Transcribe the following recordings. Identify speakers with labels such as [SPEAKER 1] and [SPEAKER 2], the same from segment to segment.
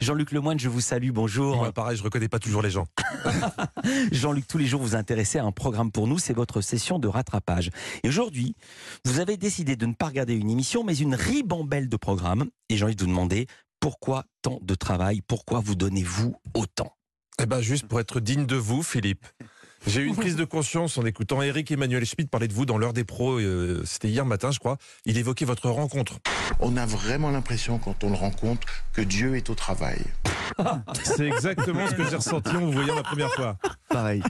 [SPEAKER 1] Jean-Luc Lemoine, je vous salue, bonjour.
[SPEAKER 2] Moi, pareil, je reconnais pas toujours les gens.
[SPEAKER 1] Jean-Luc, tous les jours, vous intéressez à un programme pour nous, c'est votre session de rattrapage. Et aujourd'hui, vous avez décidé de ne pas regarder une émission, mais une ribambelle de programmes. Et j'ai envie de vous demander pourquoi tant de travail Pourquoi vous donnez-vous autant
[SPEAKER 2] Eh ben, juste pour être digne de vous, Philippe. J'ai eu une prise de conscience en écoutant Eric Emmanuel Schmitt parler de vous dans l'heure des pros. euh, C'était hier matin, je crois. Il évoquait votre rencontre.
[SPEAKER 3] On a vraiment l'impression, quand on le rencontre, que Dieu est au travail.
[SPEAKER 2] C'est exactement ce que j'ai ressenti en vous voyant la première fois.
[SPEAKER 4] Pareil.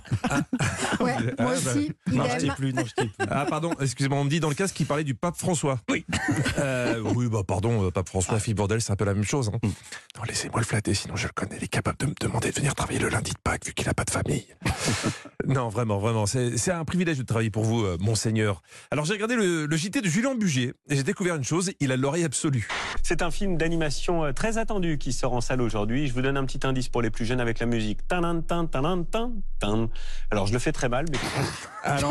[SPEAKER 5] Ouais,
[SPEAKER 2] Ah,
[SPEAKER 5] moi
[SPEAKER 2] bah.
[SPEAKER 5] aussi,
[SPEAKER 1] Non, je
[SPEAKER 5] idem.
[SPEAKER 1] t'ai plus, non, je t'ai plus.
[SPEAKER 2] Ah, pardon, excusez-moi, on me dit dans le casque qu'il parlait du pape François.
[SPEAKER 1] Oui.
[SPEAKER 2] Euh, oui, bah, pardon, euh, pape François, fille bordel, c'est un peu la même chose. hein.
[SPEAKER 5] Mm.
[SPEAKER 2] Non, laissez-moi le flatter, sinon je le connais. Il est capable de me demander de venir travailler le lundi de Pâques, vu qu'il n'a pas de famille. non, vraiment, vraiment. C'est c'est un privilège de travailler pour vous, euh, monseigneur. Alors, j'ai regardé le, le JT de Julien Bugier et j'ai découvert une chose il a l'oreille absolue.
[SPEAKER 6] C'est un film d'animation euh, très attendu qui sort en salle aujourd'hui. Je vous donne un petit indice pour les plus jeunes avec la musique. Tanin, tin, tanin, tin, tin. Alors je le fais très mal, mais
[SPEAKER 2] Alors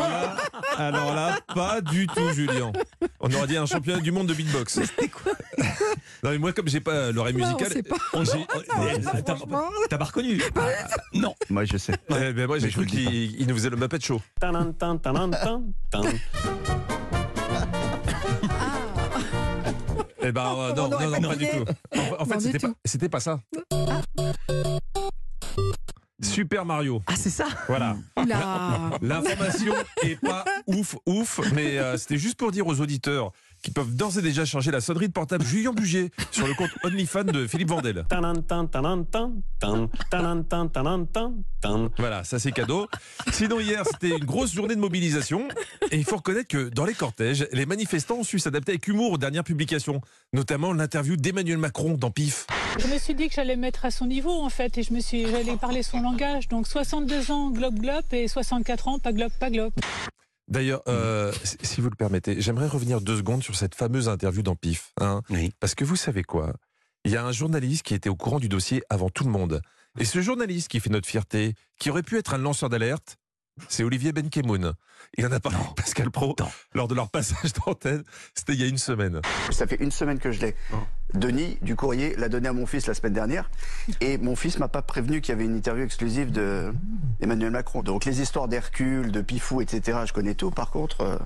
[SPEAKER 2] là, alors là, pas du tout, Julien. On aurait dit un championnat du monde de beatbox.
[SPEAKER 5] C'était quoi
[SPEAKER 2] Non, mais moi, comme j'ai pas euh, l'oreille
[SPEAKER 5] Ouais, on
[SPEAKER 2] musicale.
[SPEAKER 5] sait pas.
[SPEAKER 1] On- j'ai- euh, T'as
[SPEAKER 5] Franchement,
[SPEAKER 1] t'as pas reconnu Non.
[SPEAKER 4] Moi, je sais.
[SPEAKER 2] Eh ben, moi, j'ai
[SPEAKER 4] Mais je vous
[SPEAKER 2] cru
[SPEAKER 4] le dis
[SPEAKER 2] qu'il il nous faisait le Muppet Show.
[SPEAKER 6] tanin, tin, tanin, tin, tin.
[SPEAKER 2] Eh ben euh, non,
[SPEAKER 5] On aurait
[SPEAKER 2] non,
[SPEAKER 5] pas
[SPEAKER 2] non, pas du
[SPEAKER 5] deviné.
[SPEAKER 2] tout. En,
[SPEAKER 5] Non,
[SPEAKER 2] en fait,
[SPEAKER 5] du
[SPEAKER 2] c'était pas,
[SPEAKER 5] tout.
[SPEAKER 2] c'était pas ça. Super Mario,
[SPEAKER 1] Ah, c'est ça
[SPEAKER 2] voilà.
[SPEAKER 5] oula.
[SPEAKER 2] L'information est pas ouf, ouf, mais euh, c'était juste pour dire aux auditeurs qui peuvent d'ores et déjà charger la sonnerie de portable Julien Bugier sur le compte OnlyFans de Philippe Vandel.
[SPEAKER 6] Tanin, tin, tanin, tin, tin. Tanin, tin, tanin, tin, tin.
[SPEAKER 2] Voilà, ça c'est cadeau. Sinon, hier, c'était une grosse journée de mobilisation. Et il faut reconnaître que dans les cortèges, les manifestants ont su s'adapter avec humour aux dernières publications, notamment l'interview d'Emmanuel Macron dans PIF.
[SPEAKER 7] Je me suis dit que j'allais me mettre à son niveau en fait et je me suis j'allais parler son langage. Donc 62 ans globe globe et 64 ans pas globe pas globe.
[SPEAKER 2] D'ailleurs, euh, si- si vous le permettez, j'aimerais revenir deux secondes sur cette fameuse interview dans PIF. hein.
[SPEAKER 1] Oui.
[SPEAKER 2] parce que vous savez quoi Il y a un journaliste qui était au courant du dossier avant tout le monde. Et ce journaliste qui fait notre fierté, qui aurait pu être un lanceur d'alerte, c'est Olivier Benkemoun. Il en a parlé à Pascal Pro
[SPEAKER 1] Non.
[SPEAKER 2] lors de leur passage d'antenne. C'était il y a une semaine.
[SPEAKER 8] Ça fait une semaine que je l'ai.
[SPEAKER 9] Oh.
[SPEAKER 8] Denis, du courrier, l'a donné à mon fils la semaine dernière. Et mon fils m'a pas prévenu qu'il y avait une interview exclusive de Emmanuel Macron. Donc les histoires d'Hercule, de Pifou, etc., je connais tout. Par contre, euh,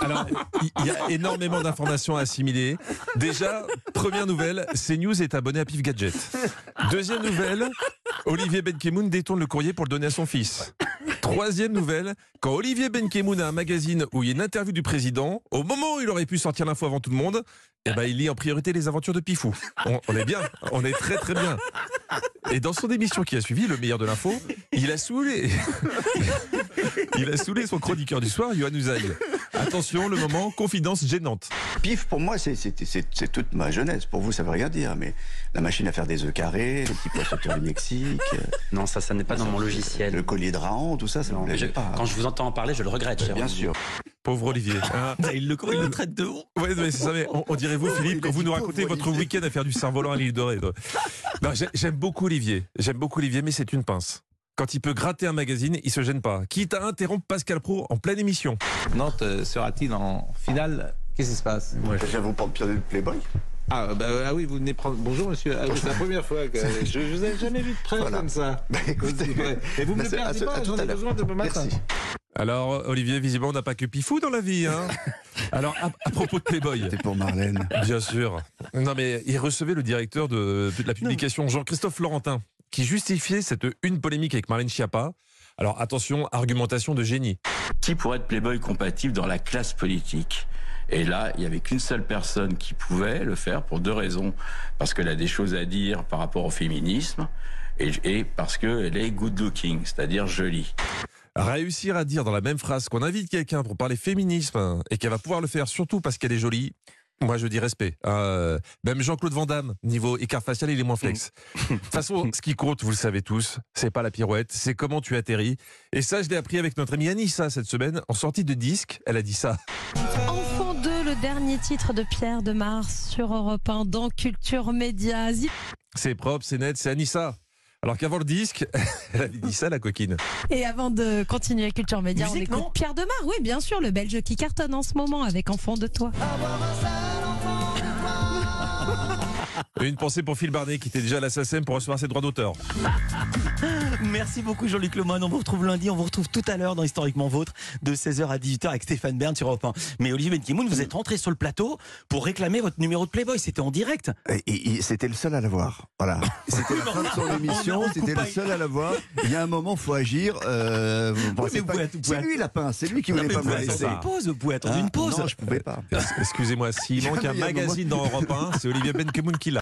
[SPEAKER 2] Alors, il- il y a énormément d'informations à assimiler. Déjà, première nouvelle, CNews est abonné à Pif Gadget. Deuxième nouvelle, Olivier Benkemoun détourne le courrier pour le donner à son fils. Troisième nouvelle, quand Olivier Benkemoun a un magazine où il y a une interview du président, au moment où il aurait pu sortir l'info avant tout le monde, eh ben, il lit en priorité les aventures de Pifou. On, on est bien, on est très très bien. Et dans son émission qui a suivi, le meilleur de l'info, il a saoulé. Il a saoulé son chroniqueur du soir, Johan Usaï. Attention, le moment, confidence gênante.
[SPEAKER 8] Pif, pour moi, c'est- c'est c'est- c'est toute ma jeunesse. Pour vous, ça veut rien dire. Mais la machine à faire des œufs carrés, le petit pois sauteur du Mexique, euh,
[SPEAKER 9] Non, ça, ça n'est pas dans mon
[SPEAKER 8] le
[SPEAKER 9] logiciel.
[SPEAKER 8] collier de Raon, tout ça, ça ne me
[SPEAKER 9] Non, mais je-
[SPEAKER 8] plaisait pas.
[SPEAKER 9] quand je vous entends en parler, je le regrette. cher
[SPEAKER 8] Bien
[SPEAKER 9] Olivier.
[SPEAKER 8] sûr.
[SPEAKER 2] Pauvre Olivier. hein.
[SPEAKER 1] Bah, Il le, il le traite de haut.
[SPEAKER 2] Ouais, mais c'est ça, mais on, on dirait vous, Philippe, quand vous nous racontez votre week-end à faire du cerf-volant à l'île dorée. donc. Non, j'ai- j'aime beaucoup Olivier. J'aime beaucoup Olivier, mais c'est une pince. Quand il peut gratter un magazine, il se gêne pas. Quitte à interrompre Pascal Pro en pleine émission.
[SPEAKER 10] Nantes euh, sera-t-il en finale Qu'est-ce qui se passe
[SPEAKER 8] Déjà, vous prendre pionnier de Playboy
[SPEAKER 10] ah, bah, ah oui, vous venez prendre. Bonjour monsieur, Ah oui, c'est la première fois que euh, je, je vous avais jamais vu de près
[SPEAKER 8] Voilà.
[SPEAKER 10] comme ça.
[SPEAKER 8] Bah, écoutez,
[SPEAKER 10] Ouais. Et vous me
[SPEAKER 8] bah,
[SPEAKER 10] le
[SPEAKER 8] c'est- à
[SPEAKER 10] perdez
[SPEAKER 8] ce- à
[SPEAKER 10] pas,
[SPEAKER 8] tout
[SPEAKER 10] j'en
[SPEAKER 8] à
[SPEAKER 10] ai
[SPEAKER 8] l'heure.
[SPEAKER 10] besoin demain matin.
[SPEAKER 8] Merci.
[SPEAKER 2] Alors, Olivier, visiblement, on n'a pas que Pifou dans la vie. hein. Alors, à, à propos de Playboy.
[SPEAKER 8] C'était pour Marlène.
[SPEAKER 2] Bien sûr. Non, mais il recevait le directeur de, de la publication, Jean-Christophe Florentin, qui justifiait cette une polémique avec Marlène Schiappa. Alors, attention, argumentation de génie.
[SPEAKER 11] qui pourrait être Playboy compatible dans la classe politique. Et là, il n'y avait qu'une seule personne qui pouvait le faire pour deux raisons. Parce qu'elle a des choses à dire par rapport au féminisme et, et parce qu'elle est good looking, c'est-à-dire jolie.
[SPEAKER 2] Réussir à dire dans la même phrase qu'on invite quelqu'un pour parler féminisme et qu'elle va pouvoir le faire surtout parce qu'elle est jolie, moi je dis respect. Euh, même Jean-Claude Van Damme, niveau écart facial, il est moins flex. De toute façon, ce qui compte, vous le savez tous, c'est pas la pirouette, c'est comment tu atterris. Et ça, je l'ai appris avec notre amie Anissa cette semaine. En sortie de disque, elle a dit ça.
[SPEAKER 12] Enfant 2, le dernier titre de Pierre de Mars sur Europe 1 dans Culture Média. Zip
[SPEAKER 2] C'est propre, c'est net, c'est Anissa. Alors qu'avant le disque, elle avait dit ça, la coquine.
[SPEAKER 12] Et avant de continuer Culture Média,
[SPEAKER 1] Musique,
[SPEAKER 12] on écoute
[SPEAKER 1] non
[SPEAKER 12] Pierre de Mars. Oui, bien sûr, le Belge qui cartonne en ce moment avec Enfant de toi.
[SPEAKER 2] Et une pensée pour Phil Barnet qui était déjà à la SACEM pour recevoir ses droits d'auteur.
[SPEAKER 1] Merci beaucoup Jean-Luc Lemoyne. On vous retrouve lundi, on vous retrouve tout à l'heure dans Historiquement Vôtre de 16h à 18h avec Stéphane Bern sur Europe 1. Mais Olivier Benkemoun, vous êtes rentré sur le plateau pour réclamer votre numéro de Playboy. C'était en direct.
[SPEAKER 8] Et, et c'était le seul à l'avoir. Voilà. C'était la fin de son émission, c'était le seul à l'avoir. Il y a un moment, faut agir. euh, vous pensez
[SPEAKER 1] mais vous
[SPEAKER 8] pas
[SPEAKER 1] pouvez-
[SPEAKER 8] que-
[SPEAKER 1] vous pouvez-
[SPEAKER 8] C'est lui lapin, c'est lui qui
[SPEAKER 1] Non,
[SPEAKER 8] voulait
[SPEAKER 1] mais
[SPEAKER 8] pas
[SPEAKER 1] vous
[SPEAKER 8] me
[SPEAKER 1] pouvez
[SPEAKER 8] laisser.
[SPEAKER 1] attendre une pause, vous pouvez attendre
[SPEAKER 8] Hein
[SPEAKER 1] une pause.
[SPEAKER 8] Non, je pouvais pas.
[SPEAKER 2] Excusez-moi, s'il manque un
[SPEAKER 8] Il y a un moment-
[SPEAKER 2] magazine dans Europe 1, c'est Olivier Benkemoun qui l'a.